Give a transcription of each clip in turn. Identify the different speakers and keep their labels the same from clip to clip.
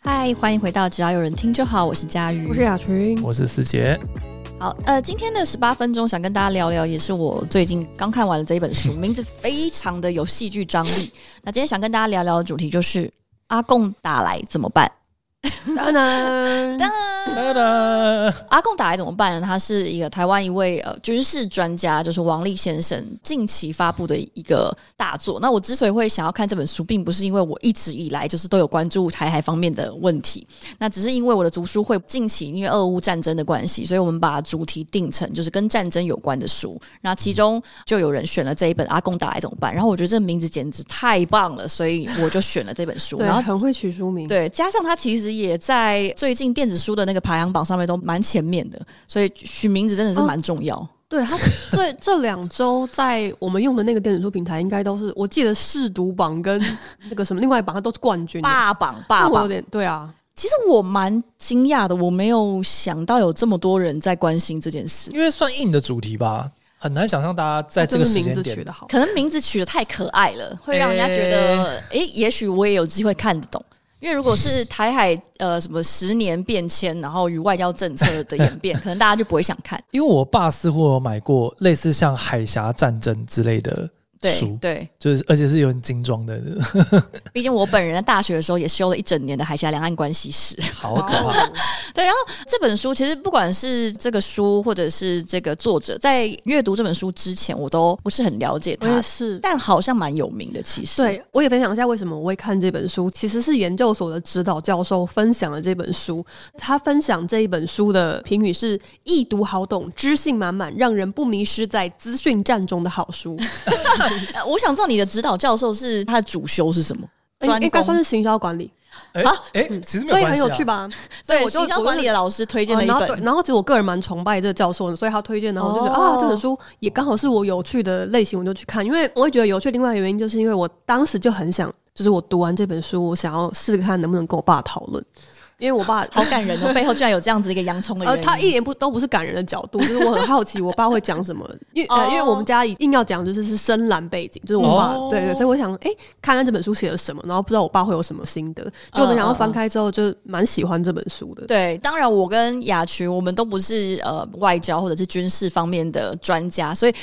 Speaker 1: 嗨，欢迎回到只要有人听就好，我是佳瑜，
Speaker 2: 我是雅群，
Speaker 3: 我是思杰。
Speaker 1: 好，呃，今天的十八分钟想跟大家聊聊，也是我最近刚看完的这一本书，名字非常的有戏剧张力。那今天想跟大家聊聊的主题就是阿贡打来怎么办？
Speaker 2: 当然，
Speaker 1: 当
Speaker 3: 哒哒，
Speaker 1: 阿贡打来怎么办呢？他是一个台湾一位呃军事专家，就是王立先生近期发布的一个大作。那我之所以会想要看这本书，并不是因为我一直以来就是都有关注台海方面的问题，那只是因为我的读书会近期因为俄乌战争的关系，所以我们把主题定成就是跟战争有关的书。那其中就有人选了这一本《阿贡打来怎么办》，然后我觉得这名字简直太棒了，所以我就选了这本书。
Speaker 2: 对，
Speaker 1: 然后
Speaker 2: 很会取书名，，
Speaker 1: 对，加上它其实也在最近电子书的那个排行榜上面都蛮前面的，所以取名字真的是蛮重要。
Speaker 2: 对他 这这两周在我们用的那个电子书平台，应该都是我记得试读榜跟那个什么另外一榜，它都是冠军的。
Speaker 1: 霸榜霸
Speaker 2: 那我有
Speaker 1: 榜，
Speaker 2: 点对啊，
Speaker 1: 其实我蛮惊讶的，我没有想到有这么多人在关心这件事。
Speaker 3: 因为算硬的主题吧，很难想象大家在
Speaker 2: 它真
Speaker 3: 这个
Speaker 2: 的
Speaker 3: 时
Speaker 2: 名
Speaker 3: 间
Speaker 2: 字取
Speaker 3: 点
Speaker 2: 得好，
Speaker 1: 可能名字取得太可爱了， 会让人家觉得，诶、也许我也有机会看得懂。因为如果是台海 呃什么十年变迁，然后与外交政策的演 变，可能大家就不会想看。
Speaker 3: 因为我爸似乎有买过类似像《海峡战争》之类的
Speaker 1: 对
Speaker 3: 书，
Speaker 1: 对，
Speaker 3: 就是而且是有很精装的，
Speaker 1: 毕竟我本人在大学的时候也修了一整年的海峡两岸关系史。
Speaker 3: 好可怕。
Speaker 2: 哇哦
Speaker 1: 对，然后这本书其实不管是这个书或者是这个作者，在阅读这本书之前，我都不是很了解
Speaker 2: 我也
Speaker 1: 他，
Speaker 2: 是。
Speaker 1: 但好像蛮有名的。其实，
Speaker 2: 对，我也分享一下为什么我会看这本书。其实是研究所的指导教授分享了这本书，他分享这一本书的评语是“易读好懂，知性满满，让人不迷失在资讯战中的好书”
Speaker 1: 呃我想知道你的指导教授是他的主修是什么？
Speaker 2: 应
Speaker 1: 专
Speaker 2: 哎应该
Speaker 1: 攻
Speaker 2: 算是行销管理，
Speaker 3: 哎
Speaker 1: 啊
Speaker 3: 哎，其实没
Speaker 2: 所以
Speaker 3: 关
Speaker 2: 很
Speaker 3: 系啊
Speaker 2: 有趣？吧？
Speaker 1: 对，
Speaker 2: 我就
Speaker 1: 行销管理的老师推荐了
Speaker 2: 啊
Speaker 1: 一
Speaker 2: 然后
Speaker 1: 本
Speaker 2: 对，，然后其实我个人蛮崇拜这个教授的，所以他推荐，然后我就觉得、
Speaker 1: 哦
Speaker 2: 啊，这本书也刚好是我有趣的类型，我就去看。因为我会觉得有趣，另外一个原因就是因为我当时就很想，就是我读完这本书，我想要试试看能不能跟我爸讨论，因为我爸
Speaker 1: 好感人哦！背后居然有这样子一个洋葱的
Speaker 2: 呃，
Speaker 1: 原因。
Speaker 2: 他一点不都不是感人的角度，就是我很好奇我爸会讲什么，因为、
Speaker 1: 哦
Speaker 2: 呃，因为我们家硬要讲就是是深蓝背景，就是我爸，
Speaker 3: 哦
Speaker 2: 对对，所以我想哎、诶看看这本书写了什么，然后不知道我爸会有什么心得，就没
Speaker 1: 嗯
Speaker 2: 想到
Speaker 1: 嗯
Speaker 2: 翻开之后就蛮喜欢这本书的，
Speaker 1: 对，当然我跟雅群我们都不是呃外交或者是军事方面的专家，所以。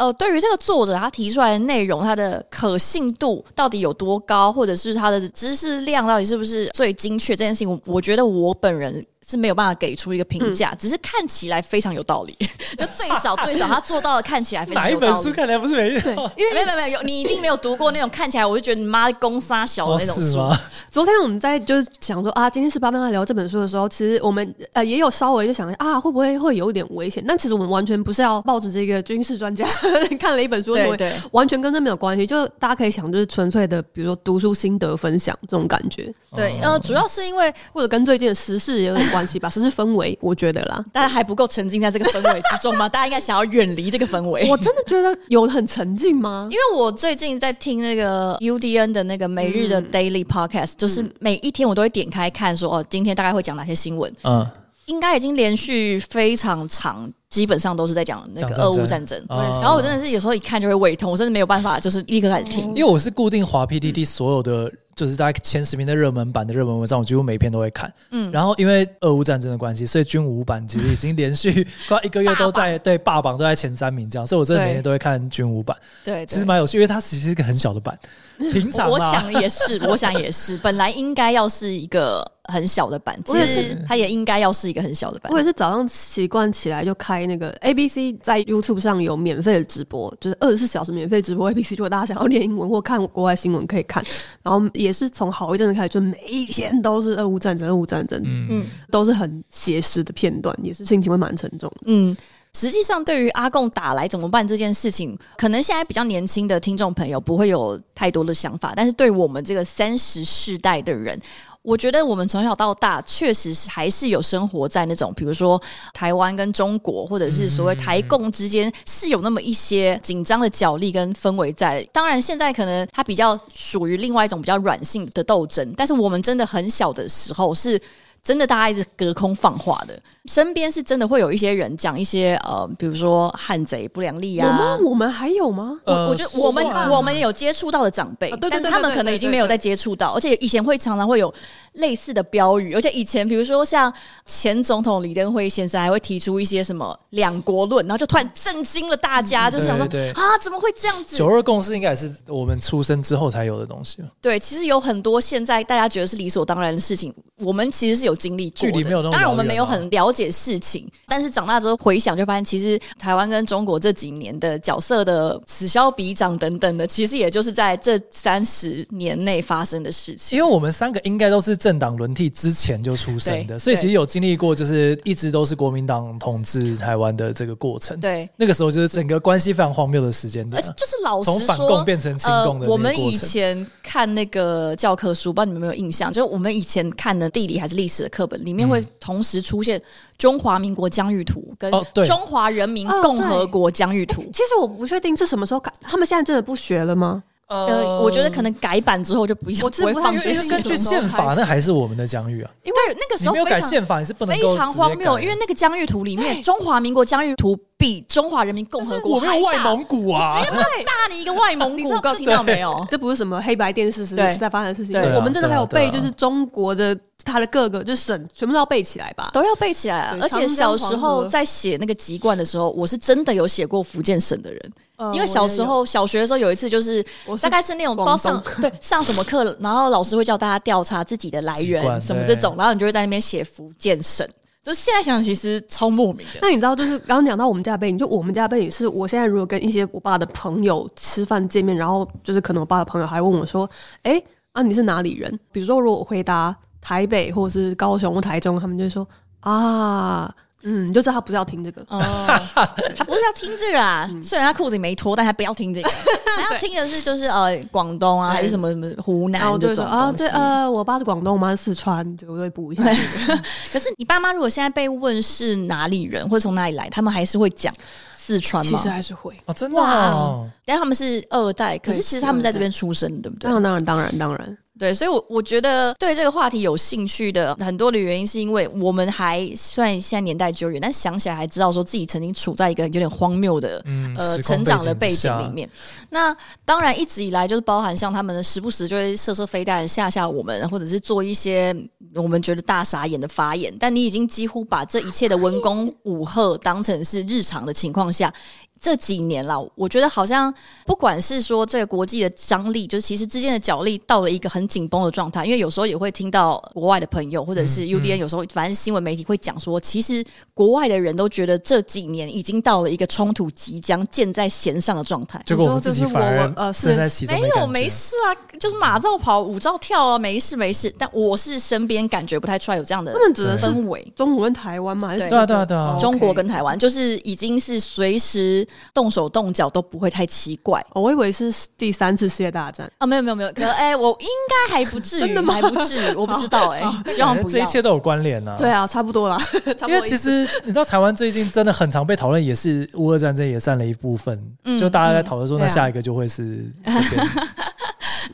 Speaker 1: 呃，对于这个作者他提出来的内容，它的可信度到底有多高，或者是他的知识量到底是不是最精确这件事情，我我觉得我本人是没有办法给出一个
Speaker 3: 嗯
Speaker 1: 评价，只是看起来非常有道理， 就最少最少他做到了看起来非常
Speaker 3: 哪一
Speaker 1: 有
Speaker 3: 本
Speaker 1: 道
Speaker 3: 书
Speaker 1: 理。
Speaker 3: 看起来不是没
Speaker 2: 对，
Speaker 1: 因为没有没有没有，有你一定没有读过那种看起来我就觉得你妈公杀小的
Speaker 3: 哦
Speaker 1: 那种
Speaker 3: 是
Speaker 1: 书，
Speaker 3: 吗？
Speaker 2: 昨天我们在就是想说啊，今天是爸妈聊这本书的时候，其实我们呃也有稍微就想啊，会不会会有一点危险？但其实我们完全不是要抱着这个军事专家 看了一本书，
Speaker 1: 对
Speaker 2: 认为
Speaker 1: 对
Speaker 2: 完全跟这没有关系。就大家可以想，就是纯粹的，比如说读书心得分享这种感觉，
Speaker 1: 对，
Speaker 3: 哦
Speaker 1: 呃，主要是因为
Speaker 2: 或者跟最近的时事也有点关系吧，时事氛围，我觉得啦。
Speaker 1: 大家还不够沉浸在这个氛围之中 吗？大家应该想要远离这个氛围。
Speaker 2: 我真的觉得有很沉浸吗
Speaker 1: 因？为我最近在听那个 UDN 的那个每日的 Daily Podcast，、就是每一天我都会点开看说，哦，今天大概会讲哪些新闻。
Speaker 3: 嗯，
Speaker 1: 应该已经连续非常长，基本上都是在讲那个
Speaker 3: 讲
Speaker 1: 俄乌战争。
Speaker 3: 哦
Speaker 1: 然后我真的是有时候一看就会胃痛，我真的没有办法，就是立刻开始听。
Speaker 3: 因为我是固定滑
Speaker 1: 嗯
Speaker 3: PDD 所有的，就是大概前十名的热门版的热门文章，我几乎每一篇都会看。嗯，然后因为俄乌战争的关系，所以军武版其实已经连 续快一个月都在对霸榜都在前三名这样，所以我真的每天都会看军武版，
Speaker 1: 对，
Speaker 3: 其实
Speaker 1: 对。
Speaker 3: 蛮有趣，因为它其实是一个很小 的版，平常
Speaker 1: 我
Speaker 3: 嘛，
Speaker 1: 想也是，我想也是，本来应该要是一个很小的版，
Speaker 2: 我
Speaker 1: 其
Speaker 2: 也
Speaker 1: 实它也应该要是一个很小的版
Speaker 2: 我。也是早上习惯起来就开那个 ABC 在 YouTube 上有免费的直播，就是二十四小时免费直播 ABC。如果大家想要练英文或看国外新闻，可以看。然后也是从好一阵子开始，就每一天都是俄乌战争、俄乌战争，
Speaker 1: 嗯
Speaker 2: 都是很写实的片段，也是心情会蛮沉重的。
Speaker 1: 嗯，实际上对于阿贡打来怎么办这件事情，可能现在比较年轻的听众朋友不会有太多的想法，但是对我们这个三十世代的人。我觉得我们从小到大确实是还是有生活在那种，比如说台湾跟中国，或者是所谓台共之间是有那么一些紧张的角力跟氛围在。当然，现在可能它比较属于另外一种比较软性的斗争，但是我们真的很小的时候是真的大家一直隔空放话的。身边是真的会有一些人讲一些呃，比如说汉贼不良力
Speaker 2: 有吗
Speaker 1: 啊？。
Speaker 2: 我们还有吗？
Speaker 1: 我我觉得我们
Speaker 3: 呃说话
Speaker 1: 我们也有接触到的长辈
Speaker 2: 啊，对对
Speaker 1: 但
Speaker 2: 对
Speaker 1: 他们
Speaker 2: 对对
Speaker 1: 可能已经没有
Speaker 2: 对对
Speaker 1: 在接触到，而且以前会常常会有类似的标语，而且以前比如说像前总统李登辉先生还会提出一些什么两国论，然后就突然震惊了大
Speaker 2: 嗯
Speaker 1: 家，就是想说
Speaker 3: 对对
Speaker 1: 啊怎么会这样子？
Speaker 3: 九二共识应该也是我们出生之后才有的东西，
Speaker 1: 对，其实有很多现在大家觉得是理所当然的事情，我们其实是有经历过的。
Speaker 3: 距离没有那么
Speaker 1: 当然我
Speaker 3: 遥
Speaker 1: 们
Speaker 3: 远
Speaker 1: 没有
Speaker 3: 啊
Speaker 1: 很了解事情，但是长大之后回想，就发现其实台湾跟中国这几年的角色的此消彼长等等的，其实也就是在这三十年内发生的事情。
Speaker 3: 因为我们三个应该都是政党轮替之前就出生的，
Speaker 1: 对
Speaker 3: 所以其实有经历过，就是一直都是国民党统治台湾的这个过程。
Speaker 1: 对，
Speaker 3: 那个时候就是整个关系非常荒谬的时间
Speaker 1: 而
Speaker 3: 点
Speaker 1: 且
Speaker 3: 啊，
Speaker 1: 就是老
Speaker 3: 从
Speaker 1: 实
Speaker 3: 反
Speaker 1: 说
Speaker 3: 共。变成亲
Speaker 1: 呃
Speaker 3: 共的那个过，程。
Speaker 1: 我们以前看那个教科书，不知道你们有没有印象？就是我们以前看的地理还是历史的课本，里面会同时出现中华民国疆域图跟
Speaker 3: 哦对
Speaker 1: 中华人民
Speaker 2: 哦
Speaker 1: 共和
Speaker 2: 对
Speaker 1: 国疆域图。
Speaker 2: 其实我不确定是什么时候改，他们现在真的不学了吗？
Speaker 3: 哦
Speaker 1: 呃，我觉得可能改版之后就不
Speaker 2: 我
Speaker 1: 要不
Speaker 2: 真的
Speaker 1: 会
Speaker 2: 不
Speaker 1: 放
Speaker 2: 太
Speaker 1: 这
Speaker 3: 因为因
Speaker 1: 些
Speaker 2: 确
Speaker 3: 为
Speaker 1: 东西
Speaker 2: 定
Speaker 3: 根据
Speaker 2: 从头
Speaker 3: 宪法，
Speaker 2: 开始
Speaker 3: 那还是我们的疆域啊。
Speaker 1: 因为那个
Speaker 3: 你
Speaker 1: 时候
Speaker 3: 没有
Speaker 1: 非
Speaker 3: 改
Speaker 1: 常
Speaker 3: 宪法，你是不能
Speaker 1: 非
Speaker 3: 够
Speaker 1: 常
Speaker 3: 直接
Speaker 1: 荒谬，
Speaker 3: 改
Speaker 1: 因为那个疆域图里面，中华民国疆域图比中华人民共和国
Speaker 3: 我没
Speaker 1: 还
Speaker 3: 有外
Speaker 1: 大，
Speaker 3: 蒙古啊
Speaker 1: 我直，接大你一个外蒙
Speaker 2: 你
Speaker 1: 古，
Speaker 2: 知道
Speaker 1: 我告诉你听到没有？
Speaker 2: 这不是什么黑白电视时
Speaker 1: 对
Speaker 2: 时代发生的事情
Speaker 1: 对
Speaker 3: 对啊。
Speaker 2: 我们真的还有
Speaker 3: 对啊对啊
Speaker 2: 背，就是中国的它的各个就是省，全部都要背起来吧。
Speaker 1: 都要背起来啊！
Speaker 2: 对
Speaker 1: 而且
Speaker 2: 长
Speaker 1: 小
Speaker 2: 江
Speaker 1: 时
Speaker 2: 黄
Speaker 1: 候
Speaker 2: 河
Speaker 1: 在写那个籍贯的时候，我是真的有写过福建省的人，
Speaker 2: 呃
Speaker 1: 因为小时，候小学的时候有一次就是
Speaker 2: 我也有我是
Speaker 1: 大概是那种不知道
Speaker 2: 广
Speaker 1: 上
Speaker 2: 东
Speaker 1: 对上什么课，然后老师会叫大家调查自己的来
Speaker 3: 习
Speaker 1: 源
Speaker 3: 惯
Speaker 1: 什么
Speaker 3: 对
Speaker 1: 这种，然后你就会在那边写福建省。就是现在想，其实超莫名的。
Speaker 2: 那你知道，就是刚刚讲到我们家的背景，就我们家的背景是我现在如果跟一些我爸的朋友吃饭见面，然后就是可能我爸的朋友还问我说：“哎、啊你是哪里人？”比如说，如果我回答台北或者是高雄或台中，他们就会说：“啊，嗯，你就知道他不是要听这个。
Speaker 1: 哦， 他不是要听这个啊，
Speaker 2: 嗯
Speaker 1: 虽然他裤子里没脱，但他不要听 这个，他要听的是就是呃广东啊，
Speaker 2: 对
Speaker 1: 还是什么什么湖”南
Speaker 2: 然后我
Speaker 1: 这
Speaker 2: 就会
Speaker 1: 种
Speaker 2: 说：“啊，
Speaker 1: 东西
Speaker 2: 对，。呃，我爸是广东，我妈是四川，对，我会补一下。”
Speaker 1: 可是你爸妈如果现在被问是哪里人或从哪里来，他们还是会讲四川
Speaker 2: 其
Speaker 1: 吗
Speaker 2: 实？还是会。
Speaker 3: 哦，真的哦，
Speaker 1: 但他们是二代，可是其实他们在这边出生，对不对
Speaker 2: 当？然，当然，当然，当然，
Speaker 1: 对，所以我，我觉得对这个话题有兴趣的很多的原因，是因为我们还算现在年代久远，但想起来还知道说自己曾经处在一个有点荒谬的
Speaker 3: 嗯，
Speaker 1: 呃
Speaker 3: 时空
Speaker 1: 成长的背
Speaker 3: 之
Speaker 1: 景
Speaker 3: 下
Speaker 1: 里，面。那当然一直以来就是包含像他们时不时就会射射飞弹吓吓我们，或者是做一些我们觉得大傻眼的发言。但你已经几乎把这一切的文攻武赫当成是日常的情况下。这几年啦，我觉得好像不管是说这个国际的张力，就是其实之间的角力到了一个很紧绷的状态，因为有时候也会听到国外的朋友或者是
Speaker 3: 嗯
Speaker 1: UDN，、有时候反正新闻媒体会讲说，其实国外的人都觉得这几年已经到了一个冲突即将箭在弦上的状态。
Speaker 3: 结果我们自
Speaker 2: 就是
Speaker 3: 己
Speaker 2: 我
Speaker 3: 反而
Speaker 2: 我呃是
Speaker 3: 身在其中
Speaker 1: 没
Speaker 3: 感觉
Speaker 1: 有，没事啊，就是马照跑，舞照跳啊，没事没事。但我是身边感觉不太出来有这样的
Speaker 2: 他们指的是
Speaker 1: 氛围。
Speaker 2: 中国跟台湾嘛？还是
Speaker 1: 对
Speaker 3: 对啊对啊对啊
Speaker 2: 哦
Speaker 1: 中国
Speaker 2: OK
Speaker 1: 跟台湾就是已经是随时动手动脚都不会太奇怪
Speaker 2: 哦我以为是第三次世界大战。
Speaker 1: 啊！没有没有没有，可哎、我应该还不 至于，
Speaker 2: 真的吗
Speaker 1: 还不至于，我不知 道哎、希望
Speaker 3: 感觉
Speaker 1: 不
Speaker 3: 这一
Speaker 1: 要。
Speaker 3: 切都有关联啊。
Speaker 2: 对。啊，差不多啦，差不多
Speaker 3: 因为
Speaker 2: 意
Speaker 3: 其
Speaker 2: 思
Speaker 3: 实你知道，台湾最近真的很常被讨论，也是乌俄战争也占了一部分，
Speaker 1: 嗯
Speaker 3: 就大家在讨论说，
Speaker 2: 嗯
Speaker 3: 那
Speaker 2: 对啊
Speaker 3: 下一个就会是 这边。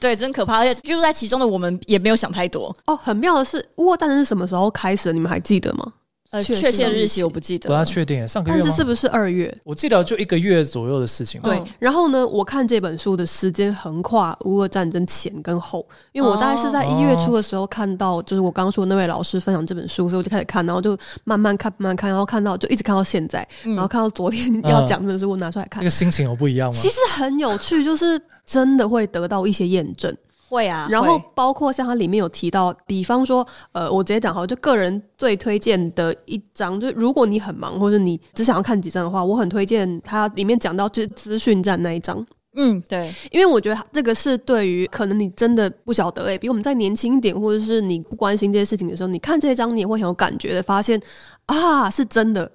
Speaker 1: 对，真可怕，而且居住在其中的我们也没有想太多。
Speaker 2: 哦，很妙的是，乌俄战争是什么时候开始的？你们还记得吗？
Speaker 1: 呃，
Speaker 2: 确
Speaker 1: 确切
Speaker 2: 切
Speaker 1: 日
Speaker 2: 日
Speaker 1: 期
Speaker 2: 期
Speaker 1: 我不记得
Speaker 3: 我要
Speaker 1: 了。
Speaker 3: 确定，上个
Speaker 2: 但
Speaker 3: 月吗
Speaker 2: 是？是不是二月？
Speaker 3: 我记得就一个月左右的事情吧。
Speaker 2: 对
Speaker 1: 嗯，
Speaker 2: 然后呢，我看这本书的时间横跨乌俄战争前跟后，因为我大概是在
Speaker 3: 哦
Speaker 2: 一月初的时候看到，就是我刚刚说的那位老师分享这本书，所以我就开始看，然后就慢慢看，慢慢看，然后看到就一直看到现在，然后看到昨天
Speaker 3: 嗯
Speaker 2: 要讲这本书，我拿出来看
Speaker 3: 这个，心情有不一样吗？
Speaker 2: 其实很有趣，就是真的会得到一些验证。
Speaker 1: 会啊，
Speaker 2: 然后
Speaker 1: 会
Speaker 2: 包括像它里面有提到，比方说，呃，我直接讲好，就个人最推荐的一章，就是如果你很忙或者你只想要看几章的话，我很推荐它里面讲到就是资讯站那一章，
Speaker 1: 嗯，对，
Speaker 2: 因为我觉得这个是对于可能你真的不晓得诶、比我们再年轻一点，或者是你不关心这些事情的时候，你看这一章你也会很有感觉的，发现啊是真的。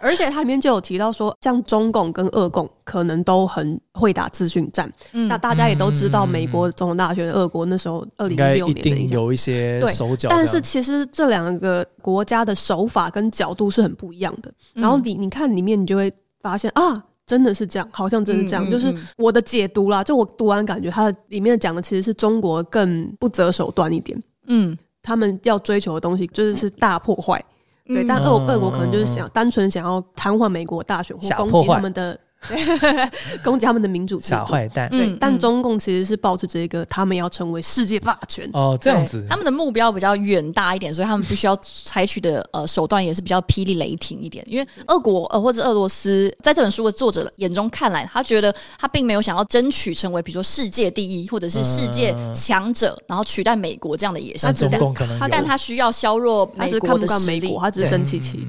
Speaker 2: 而且它里面就有提到说，像中共跟俄共可能都很会打资讯战，
Speaker 1: 嗯
Speaker 2: 那大家也都知道，美国总统大选，俄国那时候二零
Speaker 3: 应
Speaker 2: 一
Speaker 3: 该
Speaker 2: 六
Speaker 3: 一
Speaker 2: 年的影
Speaker 3: 定
Speaker 2: 响。
Speaker 3: 有一些
Speaker 2: 对
Speaker 3: 手脚这样，
Speaker 2: 但是其实这两个国家的手法跟角度是很不一样的。
Speaker 1: 嗯
Speaker 2: 然后你你看里面，你就会发现啊，真的是这样，好像真是这样。
Speaker 1: 嗯嗯
Speaker 2: 就是
Speaker 1: 嗯
Speaker 2: 我的解读啦，就我读完感觉，它的里面讲的其实是中国更不择手段一点。
Speaker 1: 嗯，
Speaker 2: 他们要追求的东西就是是大破坏。对，但俄俄国可能就是想单纯想要瘫痪美国大选或
Speaker 3: 吓
Speaker 2: 攻
Speaker 3: 破
Speaker 2: 击
Speaker 3: 坏
Speaker 2: 他们的，攻击他们的民主制
Speaker 3: 傻
Speaker 2: 度。
Speaker 3: 坏蛋
Speaker 1: 嗯
Speaker 2: 对，但中共其实是保持着一个他们要成为世界霸权。
Speaker 3: 哦，这样子
Speaker 1: 对他们的目标比较远大一点，所以他们必须要采取的呃手段也是比较霹雳雷霆一点。因为俄国呃或者俄罗斯，在这本书的作者眼中看来，他觉得他并没有想要争取成为比如说世界第一或者是世界强者，然后取代美国这样的野心
Speaker 3: 那。嗯中共可能有
Speaker 2: 他
Speaker 1: 但他需要削弱
Speaker 2: 他
Speaker 1: 美
Speaker 2: 只是看
Speaker 1: 国
Speaker 2: 不
Speaker 1: 的
Speaker 2: 惯
Speaker 1: 实
Speaker 2: 美
Speaker 1: 力
Speaker 2: 国，，他只是生气气。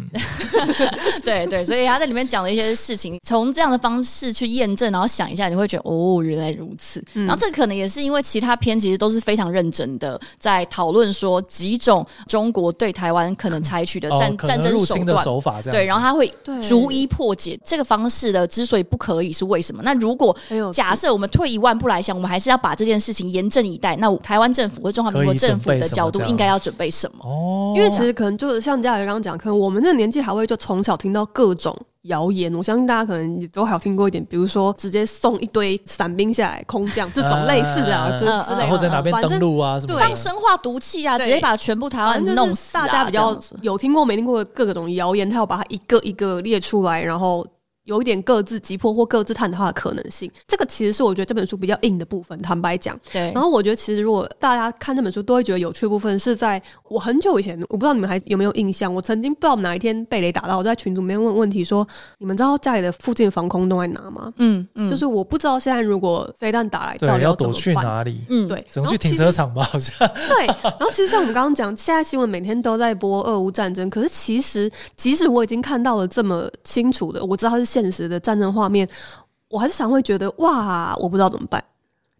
Speaker 1: 对对，所以他在里面讲了一些事情，从这样的方式去验证，然后想一下，你会觉得哦，原来如此。然后这可能也是因为其他篇其实都是非常认真的在讨论说几种中国对台湾可能采取的战、
Speaker 3: 哦可
Speaker 1: 战
Speaker 3: 能
Speaker 1: 争
Speaker 3: 入
Speaker 1: 手
Speaker 3: 侵的
Speaker 1: 段。
Speaker 3: 手法这样子，
Speaker 1: 对，然后他会
Speaker 2: 对
Speaker 1: 逐一破解这个方式的之所以不可以是为什么？那如果
Speaker 2: 很有
Speaker 1: 假设我们退一万步来想，我们还是要把这件事情严阵以待。那台湾政府或中华民国
Speaker 3: 可以准
Speaker 1: 政府
Speaker 3: 备
Speaker 1: 的
Speaker 3: 什么
Speaker 1: 角度
Speaker 3: 这样
Speaker 1: 应该要准备什么？
Speaker 3: 哦，
Speaker 2: 因为其实可能就是像嘉怡刚刚讲，可能我们那个年纪还会就从小听到各种谣言，我相信大家可能也都还有听过一点，比如说直接送一堆伞兵下来空降这种类似的啊，
Speaker 3: 嗯
Speaker 2: 就是之类的，
Speaker 3: 然后在哪边
Speaker 2: 反正
Speaker 3: 登录啊什么的
Speaker 1: 放生化毒气啊，直
Speaker 2: 对
Speaker 1: 接把全部台湾
Speaker 2: 反正
Speaker 1: 弄
Speaker 2: 就
Speaker 1: 死
Speaker 2: 是
Speaker 1: 啊！
Speaker 2: 大家比
Speaker 1: 这
Speaker 2: 较
Speaker 1: 样子
Speaker 2: 有听过没听过的各种谣言，他要把它一个一个列出来，然后有一点各自击破或各自探讨它的可能性。这个其实是我觉得这本书比较硬的部分，坦白讲。
Speaker 1: 对，
Speaker 2: 然后我觉得，其实如果大家看这本书，都会觉得有趣的部分是在我很久以前，我不知道你们还有没有印象，我曾经不知道哪一天被雷打到，我在群组里面问问题说，你们知道家里的附近的防空洞在哪吗？
Speaker 1: 嗯嗯，
Speaker 2: 就是我不知道现在如果飞弹打来，到
Speaker 3: 对
Speaker 2: 底
Speaker 3: 要
Speaker 2: 怎
Speaker 3: 躲
Speaker 2: 么
Speaker 3: 去
Speaker 2: 办？
Speaker 3: 哪里？
Speaker 1: 嗯，
Speaker 2: 对，
Speaker 3: 怎
Speaker 2: 然后
Speaker 3: 么去停
Speaker 2: 其
Speaker 3: 车
Speaker 2: 实
Speaker 3: 场吧？好像
Speaker 2: 对，然后其实像我们刚刚讲，现在新闻每天都在播俄乌战争，可是其实即使我已经看到了这么清楚的，我知道它是现实的战争画面，我还是常会觉得哇，我不知道怎么办。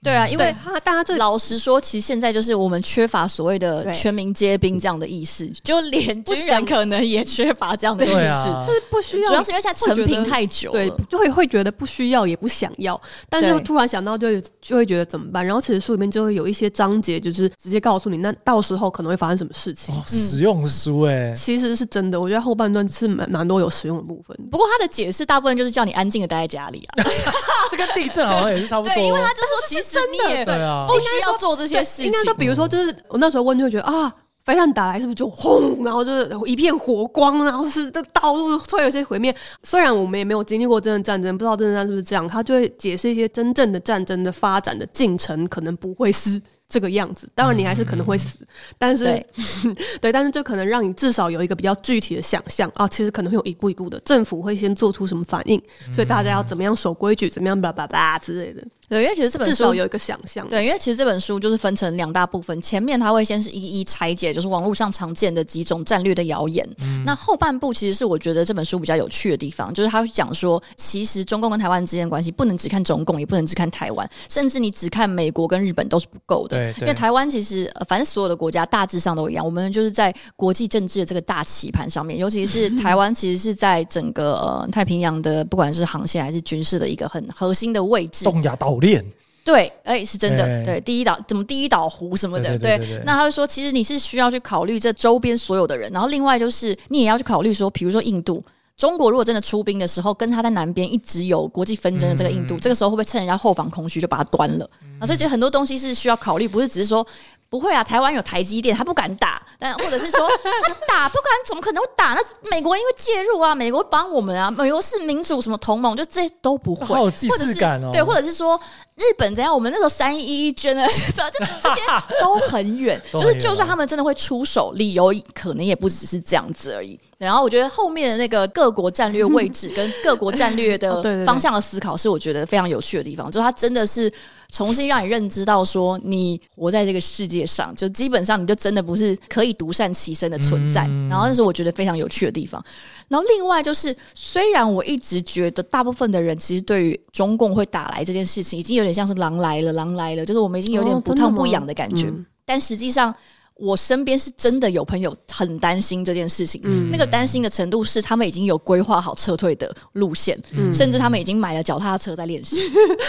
Speaker 1: 对啊，因
Speaker 2: 对
Speaker 1: 为。
Speaker 2: 他，大家这
Speaker 1: 老实说，其实现在就是我们缺乏所谓的
Speaker 2: 嗯对
Speaker 1: 全民皆兵这样的意识，就连
Speaker 2: 不
Speaker 1: 军
Speaker 2: 想
Speaker 1: 人可能也缺乏这样的意
Speaker 3: 对
Speaker 1: 识。
Speaker 3: 啊
Speaker 2: 就，是不需要，
Speaker 1: 主要是因为现在成
Speaker 2: 会觉
Speaker 1: 平
Speaker 2: 得
Speaker 1: 太久
Speaker 2: 对
Speaker 1: 了，，
Speaker 2: 就会会觉得不需要也不想要，但是
Speaker 1: 对
Speaker 2: 突然想到就会就会觉得怎么办？然后其实书里面就会有一些章节，就是直接告诉你，那到时候可能会发生什么事情。
Speaker 3: 哦，实用书哎，
Speaker 2: 其实是真的，我觉得后半段是蛮蛮多有实用的部分。
Speaker 1: 不过他的解释大部分就是叫你安静的待在家里啊。
Speaker 3: 这跟地震好像也是差不多。
Speaker 1: 对，因为他就说其实你也
Speaker 3: 对啊
Speaker 1: 不需要做这些事
Speaker 2: 应
Speaker 1: 情
Speaker 2: 该。说，比如说，就是我那时候问，就会觉得啊，飞弹打来是不是就轰，然后就是一片火光，然后是这道路会有一些毁灭。虽然我们也没有经历过真的战争，不知道真的战争是不是这样，他就会解释一些真正的战争的发展的进程，可能不会是。这个样子，当然你还是可能会死，但是
Speaker 1: 嗯对
Speaker 2: 对但是这可能让你至少有一个比较具体的想象啊，其实可能会有一步一步的，政府会先做出什么反应，所以大家要怎么样守规矩，怎么样叭叭叭之类的，
Speaker 1: 对，因为其实这本
Speaker 2: 至
Speaker 1: 书
Speaker 2: 少有一个想象。
Speaker 3: 嗯
Speaker 1: 对，因为其实这本书就是分成两大部分，前面它会先是一一拆解，就是网络上常见的几种战略的谣言。
Speaker 3: 嗯
Speaker 1: 那后半部其实是我觉得这本书比较有趣的地方，就是它会讲说，其实中共跟台湾之间的关系不能只看中共，也不能只看台湾，甚至你只看美国跟日本都是不够的。
Speaker 3: 对
Speaker 1: 因
Speaker 3: 对
Speaker 1: 为，台湾其实、呃反正所有的国家大致上都一样，我们就是在国际政治的这个大棋盘上面，尤其是台湾，其实是在整个、呃、太平洋的不管是航线还是军事的一个很核心的位置。
Speaker 3: 东亚岛链，
Speaker 1: 对，哎、是真的，
Speaker 3: 哎
Speaker 1: 对，第一岛怎么第一岛湖什么的，
Speaker 3: 对对对对对
Speaker 1: 那他就说，其实你是需要去考虑这周边所有的人，然后另外就是你也要去考虑说，比如说印度。中国如果真的出兵的时候，跟他在南边一直有国际纷争的这
Speaker 3: 嗯
Speaker 1: 个印度，这个时候会不会趁人家后方空虚就把它端了？啊，所以其实很多东西是需要考虑，不是只是说不会啊，台湾有台积电，他不敢打，但或者是说他打不敢，怎么可能会打？那美国因为介入啊，美国帮我们啊，美国是民主什么同盟，就这些都不会，
Speaker 3: 好有既
Speaker 1: 或者
Speaker 3: 视
Speaker 1: 是
Speaker 3: 感哦。
Speaker 1: 对，
Speaker 2: 嗯
Speaker 1: 或者是说日本怎样？我们那时候三一一捐了，什么这 这些都很 远，
Speaker 3: 都
Speaker 2: 啊
Speaker 1: 就
Speaker 3: 很
Speaker 1: 是
Speaker 3: 远。
Speaker 1: 就算他们真的会出手，理由可能也不只是这样子而已。然后我觉得后面的那个各国战略位置跟各国战略
Speaker 2: 哦对对
Speaker 1: 的
Speaker 2: 对
Speaker 1: 方向的思考，是我觉得非常有趣的地方。就是它真的是重新让你认知到，说你活在这个世界上，就基本上你就真的不是可以独善其身的存在。然后那是我觉得非常有趣的地方。然后另外就是，虽然我一直觉得大部分的人其实对于中共会打来这件事情，已经有点像是狼来了，狼来了，就是我们已经有点
Speaker 2: 哦
Speaker 1: 不
Speaker 2: 真的
Speaker 1: 痛不
Speaker 2: 吗
Speaker 1: 痒的感觉。
Speaker 2: 嗯
Speaker 1: 但实际上，我身边是真的有朋友很担心这件事情，那个担心的程度是他们已经有规划好撤退的路线，
Speaker 2: 嗯
Speaker 1: 甚至他们已经买了脚踏车在练习。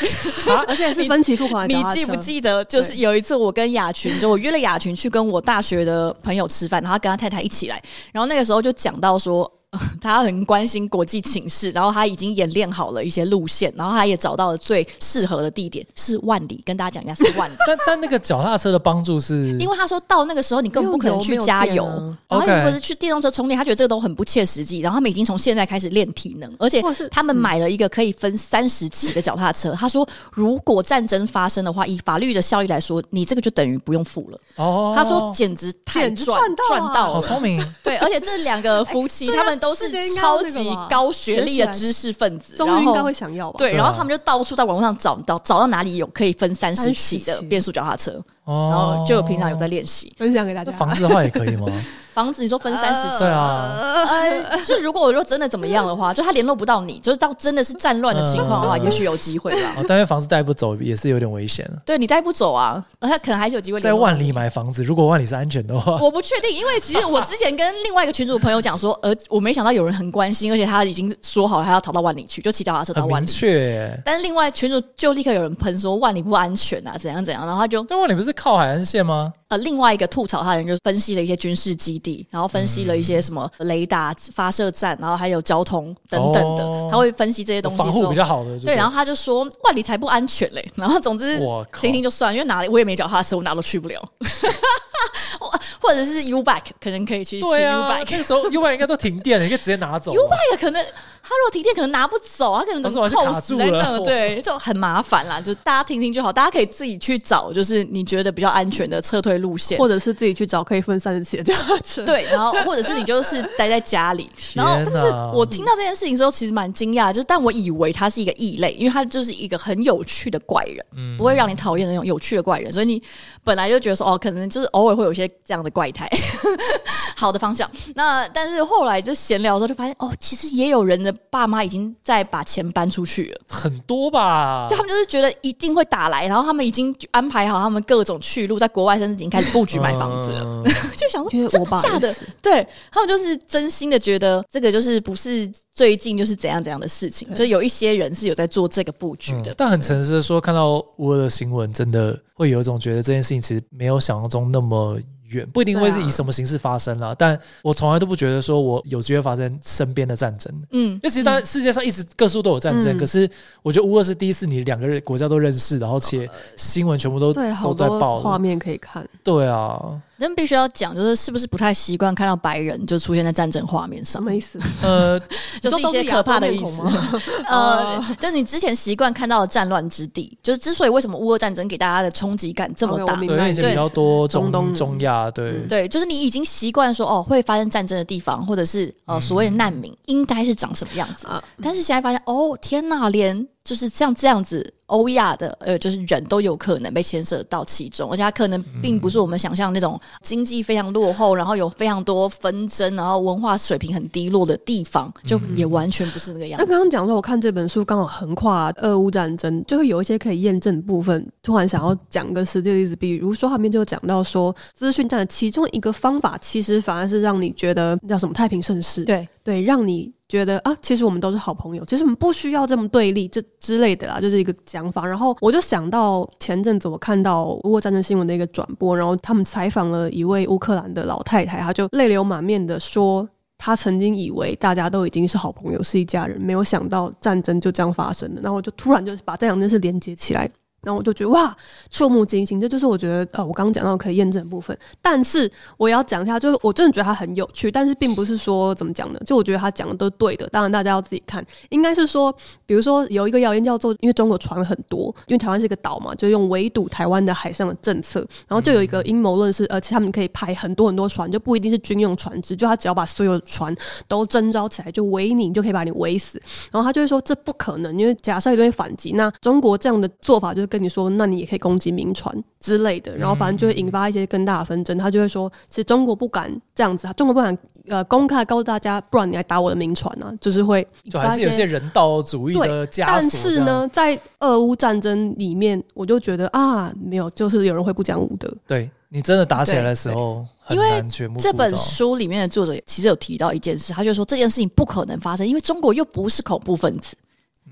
Speaker 2: 而且是分期付款的
Speaker 1: 你
Speaker 2: 脚踏
Speaker 1: 记不
Speaker 2: 车？
Speaker 1: 记得，就是有一次我跟雅群，就我约了雅群去跟我大学的朋友吃饭，然后他跟他太太一起来，然后那个时候就讲到说。 他很关心国际情势，然后他已经演练好了一些路线，然后他也找到了最适合的地点是万里，跟大家讲一下是万里
Speaker 3: 但但那个脚踏车的帮助是，
Speaker 1: 因为他说到那个时候，你根本不可能去加油，
Speaker 2: 嗯没有油没有电啊
Speaker 1: 然后或
Speaker 3: OK
Speaker 1: 者是去电动车充电，他觉得这个都很不切实际。然后他们已经从现在开始练体能，而且
Speaker 2: 或是嗯
Speaker 1: 他们买了一个可以分三十级 的脚踏车。他说，如果战争发生的话，以法律的效益来说，你这个就等于不用付了。
Speaker 3: 哦，
Speaker 1: 他说简直太
Speaker 2: 简直
Speaker 1: 赚
Speaker 2: 赚到
Speaker 1: 赚
Speaker 2: 啊
Speaker 1: 到
Speaker 3: 好
Speaker 1: 了，
Speaker 3: 聪明，
Speaker 1: 对，而且这两个夫妻、
Speaker 2: 对啊
Speaker 1: 他们都是
Speaker 2: 世界应该要
Speaker 1: 超
Speaker 2: 那个
Speaker 1: 级
Speaker 2: 吧
Speaker 1: 高学历的知识分子，
Speaker 2: 终
Speaker 1: 然
Speaker 2: 于应该
Speaker 1: 后
Speaker 2: 会想要吧？
Speaker 1: 对，
Speaker 3: 对啊
Speaker 1: 然后他们就到处在网络上找找找到哪里有可以分三十期
Speaker 2: 30
Speaker 1: 的
Speaker 2: 期
Speaker 1: 变速脚踏车，
Speaker 3: 哦
Speaker 1: 然后就有平常有在练习
Speaker 2: 分享给大
Speaker 3: 那
Speaker 2: 家。
Speaker 3: 房子的话也可以 吗？
Speaker 1: 房子。你说分三十期
Speaker 3: 对，啊，
Speaker 1: 呃，就如果我说真的怎么样的话，就他联络不到你，就是到真的是战乱的情况的话，
Speaker 3: 嗯
Speaker 1: 也许有机会 吧。
Speaker 3: 哦，但是房子带不走也是有点危险了。
Speaker 1: 对你带不走啊，呃他可能还是有机会
Speaker 3: 在
Speaker 1: 联络
Speaker 3: 万里买房子，如果万里是安全的话，
Speaker 1: 我不确定，因为其实我之前跟另外一个群主朋友讲说，呃，我没想到有人很关心，而且他已经说好他要逃到万里去，就骑脚踏车到
Speaker 3: 很
Speaker 1: 万
Speaker 3: 明
Speaker 1: 里。
Speaker 3: 确耶。
Speaker 1: 但是另外群主就立刻有人喷说万里不安全啊，怎样怎样，然后他就
Speaker 3: 但万里不是靠海岸线吗？
Speaker 1: 呃，另外一个吐槽他的人就分析了一些军事基地，然后分析了一些什么雷达发射站，然后还有交通等等的，
Speaker 3: 哦
Speaker 1: 他会分析这些东西
Speaker 3: 防
Speaker 1: 之
Speaker 3: 护
Speaker 1: 后
Speaker 3: 比。较好的，就
Speaker 1: 对，然
Speaker 3: 是
Speaker 1: 后他就说万里才不安全嘞。然后总之
Speaker 3: 我，靠
Speaker 1: 听听就算，因为哪里我也没脚踏车，我哪都去不了。 我或者是 U bike 可能可以去骑 U
Speaker 3: 对啊，
Speaker 1: bike，
Speaker 3: 那个时候 U 盘应该都停电了，你可以直接 拿走啊。
Speaker 1: U bike 可能他如果停电，可能拿不走，啊他可能怎
Speaker 3: 但是我
Speaker 1: 么
Speaker 3: 还是
Speaker 1: 扣
Speaker 3: 卡
Speaker 1: 死
Speaker 3: 住
Speaker 1: 在那，
Speaker 3: 了
Speaker 1: 对，就很麻烦啦。就大家听听就好，大家可以自己去找，就是你觉得比较安全的撤退路线
Speaker 2: 或。者是自己去找可以分三十期的脚踏 车。，
Speaker 1: 对，然后或者是你就是待在家里，然后
Speaker 3: 天啊哪！
Speaker 1: 我听到这件事情之后，其实蛮惊讶，就是但我以为他是一个异类，因为他就是一个很有趣的怪人，
Speaker 3: 嗯
Speaker 1: 不会让你讨厌的那种有趣的怪人，所以你本来就觉得说哦，可能就是偶尔会有一些这样的怪胎， 好的方向。那但是后来就闲聊的时候，就发现哦，其实也有人的爸妈已经在把钱搬出去了，
Speaker 3: 很多吧
Speaker 1: 就，他们就是觉得一定会打来，然后他们已经安排好他们各种去路，在国外甚至已经开始布局买房子了。
Speaker 3: 嗯。
Speaker 1: 就想说
Speaker 2: 因为
Speaker 1: 真
Speaker 2: 我
Speaker 1: 的
Speaker 2: 爸
Speaker 1: 假
Speaker 2: 也
Speaker 1: 的
Speaker 2: 是，
Speaker 1: 对他们就是真心的觉得这个就是不是最近就是怎样怎样的事情，就有一些人是有在做这个布局的。
Speaker 3: 嗯但很诚实的说，看到我的新闻，真的会有一种觉得这件事情其实没有想象中那么远，不一定会是
Speaker 2: 对啊
Speaker 3: 以什么形式发生啦。但我从来都不觉得说我有机会发生身边的战争，
Speaker 1: 嗯
Speaker 3: 因，为其实当然世界上一直各处都有战争，
Speaker 2: 嗯
Speaker 3: 可是我觉得乌俄是第一次你两个国家都认识，然后且新闻全部都
Speaker 2: 呃对，
Speaker 3: 都
Speaker 2: 好
Speaker 3: 在
Speaker 2: 多
Speaker 3: 报
Speaker 2: 画
Speaker 3: 了，
Speaker 2: 面可以看。
Speaker 3: 对啊，
Speaker 1: 但必须要讲，就是是不是不太习惯看到白人就出现在战争画面
Speaker 2: 什
Speaker 1: 上，
Speaker 2: 么意 思？
Speaker 3: 呃，
Speaker 1: 就是一些可怕的意
Speaker 2: 你
Speaker 1: 思
Speaker 2: 说都是亚洲面孔。 哦
Speaker 1: 呃，就是你之前习惯看到的战乱之地，就是之所以为什么乌俄战争给大家的冲击感这么
Speaker 2: 哦 OK，我
Speaker 1: 大，
Speaker 2: 明白
Speaker 3: 对，因为以前比较多中
Speaker 2: 中东
Speaker 3: 中亚，对
Speaker 2: 嗯，
Speaker 1: 对，就是你已经习惯说哦，会发生战争的地方，或者是呃
Speaker 2: 嗯
Speaker 1: 所谓的难民，应该是长什么样子。
Speaker 2: 啊
Speaker 1: 但是现在发现，哦，天呐，连就是像这样子欧亚的呃，就是人都有可能被牵涉到其中，而且他可能并不是我们想象那种经济非常落后，然后有非常多纷争，然后文化水平很低落的地方，就也完全不是那个样
Speaker 2: 那
Speaker 1: 子。
Speaker 2: 刚刚讲说，我看这本书刚好横跨俄乌战争，就会有一些可以验证的部分。突然想要讲个实际例子，比如说后面就讲到说，资讯战的其中一个方法，其实反而是让你觉得叫什么太平盛世，
Speaker 1: 对，
Speaker 2: 对，让你觉得啊，其实我们都是好朋友，其实我们不需要这么对立，这之类的啦，就是一个讲法。然后我就想到前阵子我看到乌俄战争新闻的一个转播，然后他们采访了一位乌克兰的老太太，她就泪流满面的说。她曾经以为大家都已经是好朋友，是一家人，没有想到战争就这样发生了。然后我就突然就把这两件事连接起来，然后我就觉得哇，触目惊心。这就是我觉得呃，我刚刚讲到可以验证的部分。但是我也要讲一下，就是我真的觉得它很有趣，但是并不是说怎么讲呢？就我觉得他讲的都是对的，当然大家要自己看。应该是说，比如说有一个谣言叫做，因为中国传了很多，因为台湾是一个岛嘛，就用围堵台湾的海上的政策，然后就有一个阴谋论是，呃，其实他们可以派很多很多船，就不一定是军用船只，就呃他只要把所有的船都征召起来，就围你，你就可以把你围死。然后他就会说这不可能，因为假设有东西反击，那中国这样的做法就是跟你说，那你也可以攻击民船之类的，然后反正就会引发一些更大的纷争。他就会说，其实中国不敢这样子，中国不敢呃公开告诉大家，不然你来打我的民船啊，就是会
Speaker 3: 就还是
Speaker 2: 引
Speaker 3: 有
Speaker 2: 发一
Speaker 3: 些人道主义的枷锁。
Speaker 2: 但是，呢，在俄乌战争里面，我就觉得啊，没有，就是有人会不讲武德，
Speaker 3: 对你真的打起来的时候，
Speaker 1: 对
Speaker 3: 很
Speaker 1: 因为
Speaker 3: 难全部
Speaker 1: 这
Speaker 3: 顾
Speaker 1: 本
Speaker 3: 到
Speaker 1: 书里面的作者其实有提到一件事，他就说这件事情不可能发生，因为中国又不是恐怖分子。
Speaker 3: 嗯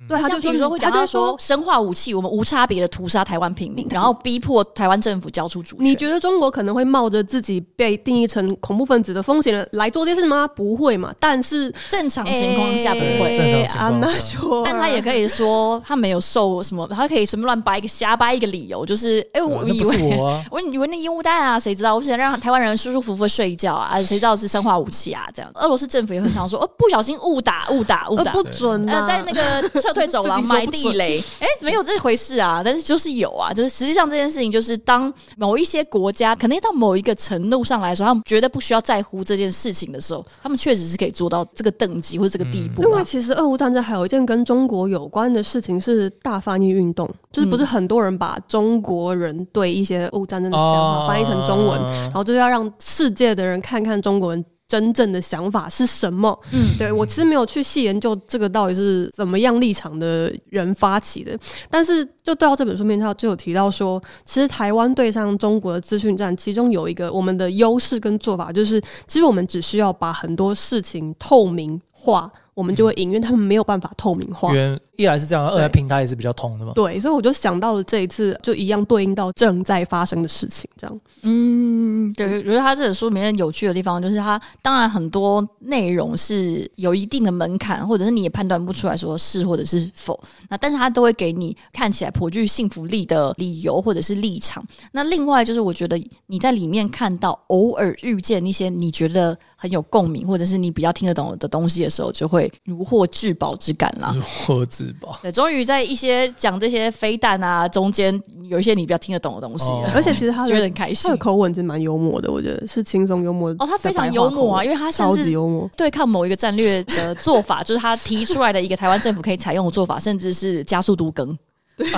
Speaker 2: 对，他
Speaker 1: 像
Speaker 2: 就
Speaker 1: 比如说会讲
Speaker 2: 他
Speaker 1: 到
Speaker 2: 就嗯
Speaker 1: 说生化武器，我们无差别的屠杀台湾平民，然后逼迫台湾政府交出主权。
Speaker 2: 你觉得中国可能会冒着自己被定义成恐怖分子的风险来做这件事吗？不会嘛。但是
Speaker 1: 正常情况下不会？
Speaker 3: 哎正常情况下
Speaker 2: 说，
Speaker 1: 但他也
Speaker 2: 以。
Speaker 1: 可以说他没有受什么，他可以随便乱掰一个瞎掰一个理由，就是哎、
Speaker 3: 对
Speaker 1: 我
Speaker 3: 那
Speaker 1: 以
Speaker 3: 不是
Speaker 1: 为。
Speaker 3: 我啊，
Speaker 1: 我以为那烟雾弹啊，谁知道？我想让台湾人舒舒服服地睡一觉啊，啊谁知道是生化武器啊？这样，俄罗斯政府也很常说，哦，不小心误打误打误
Speaker 2: 呃
Speaker 1: 打，
Speaker 2: 不准呐、
Speaker 1: 呃，在那个撤退走廊
Speaker 2: 自己说
Speaker 1: 埋
Speaker 2: 不
Speaker 1: 地
Speaker 2: 准
Speaker 1: 雷，哎、没有这回事啊，但是就是有啊，就是实际上这件事情，就是当某一些国家可能到某一个程度上来说，他们觉得不需要在乎这件事情的时候，他们确实是可以做到这个等级或者这个地步、
Speaker 2: 另
Speaker 1: 啊
Speaker 2: 外，其实俄乌战争还有一件跟中国有关的事情是大翻译运动，就是不是
Speaker 1: 嗯
Speaker 2: 很多人把中国人对一些俄乌战争的想
Speaker 3: 哦
Speaker 2: 法翻译成中文，然
Speaker 3: 文，
Speaker 2: 后就要让世界的人看看中国人真正的想法是什么。
Speaker 1: 嗯，
Speaker 2: 对我其实没有去细研究这个到底是怎么样立场的人发起的，但是就对到这本书面上就有提到说，其实台湾对上中国的资讯战，其中有一个我们的优势跟做法，就是其实我们只需要把很多事情透明化，我们就会赢，因为他们没有办法透明化
Speaker 3: 因。为一来是这样，二来
Speaker 2: 对
Speaker 3: 平台也是比较通的嘛。
Speaker 2: 对，所以我就想到了这一次，就一样对应到正在发生的事情，这样。
Speaker 1: 嗯，对，我觉得他这本书里面有趣的地方就是他，当然很多内容是有一定的门槛，或者是你也判断不出来说是或者是否。那但是他都会给你看起来颇具信服力的理由或者是立场。那另外就是，我觉得你在里面看到偶尔遇见一些你觉得很有共鸣，或者是你比较听得懂的东西的时候，就会如获至宝之感
Speaker 2: 啊
Speaker 1: 啦。
Speaker 3: 如获至宝，
Speaker 1: 对，终于在一些讲这些飞弹啊中间，有一些你比较听得懂的东西了，
Speaker 3: 哦
Speaker 2: 而且其实他
Speaker 1: 觉得
Speaker 2: 的
Speaker 1: 很开心
Speaker 2: 他的。口吻是蛮幽默的，我觉得是轻松幽默的
Speaker 1: 哦，他非常
Speaker 2: 白话
Speaker 1: 幽
Speaker 2: 口
Speaker 1: 默啊，
Speaker 2: 吻
Speaker 1: 因为他甚
Speaker 2: 超级
Speaker 1: 至
Speaker 2: 幽默。
Speaker 1: 对抗某一个战略的做法， 就是他提出来的一个台湾政府可以采用的做法，甚至是加速都更。 对，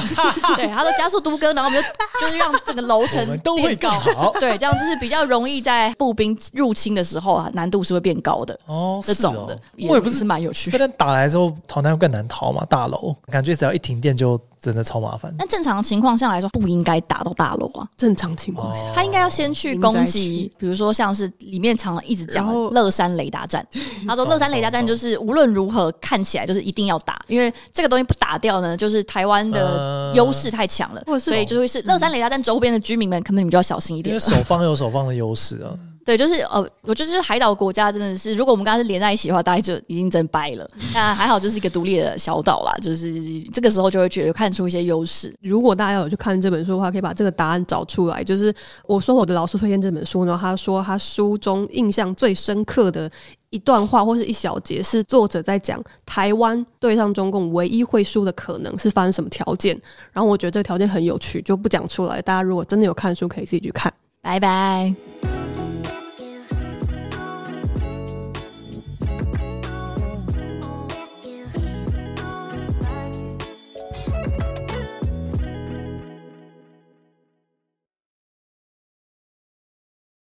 Speaker 1: 他说加速都更，然后我们就就是让整个楼层
Speaker 3: 我们都会
Speaker 1: 变
Speaker 3: 更
Speaker 1: 高。
Speaker 3: 好
Speaker 1: 对，这样就是比较容易在步兵入侵的时候啊，难度是会变高的。
Speaker 3: 哦，
Speaker 1: 这
Speaker 3: 是
Speaker 1: 种
Speaker 3: 哦
Speaker 1: 的，
Speaker 3: 我也不
Speaker 1: 是
Speaker 3: 是。
Speaker 1: 蛮有趣
Speaker 3: 飞。弹打来之后，逃难更难逃嘛，大楼感觉只要一停电就真的超麻烦。
Speaker 2: 哎
Speaker 1: 但正常情况下来说，不应该打到大楼啊，
Speaker 2: 正常情况
Speaker 3: 哦
Speaker 2: 下，
Speaker 1: 他应该要先去攻击，比如说像是里面常常一直讲的
Speaker 2: 然后
Speaker 1: 乐山雷达站。他说
Speaker 3: 懂
Speaker 1: 乐山雷达站就是无论如何看起来就是一定要打，
Speaker 2: 嗯
Speaker 1: 因为这个东西不打掉呢，就是台湾的
Speaker 3: 呃
Speaker 1: 优势太强了，
Speaker 2: 或者是哦嗯
Speaker 1: 所以就会是乐山雷达站周边的居民们，可能你们就要小心一
Speaker 3: 因
Speaker 1: 点
Speaker 3: 为
Speaker 1: 了。
Speaker 3: 首方有首方的优势啊，
Speaker 1: 对，就是呃，我觉得就是海岛国家真的是，如果我们刚刚是连在一起的话，大概就已经真掰了。但还好就是一个独立的小岛啦，就是这个时候就会觉得看出一些优势。
Speaker 2: 如果大家有去看这本书的话，可以把这个答案找出来。就是我说我的老师推荐这本书呢，他说他书中印象最深刻的一段话或是一小节，是作者在讲台湾对上中共唯一会输的可能是发生什么条件。然后我觉得这个条件很有趣，就不讲出来。大家如果真的有看书，可以自己去看。
Speaker 1: 拜拜。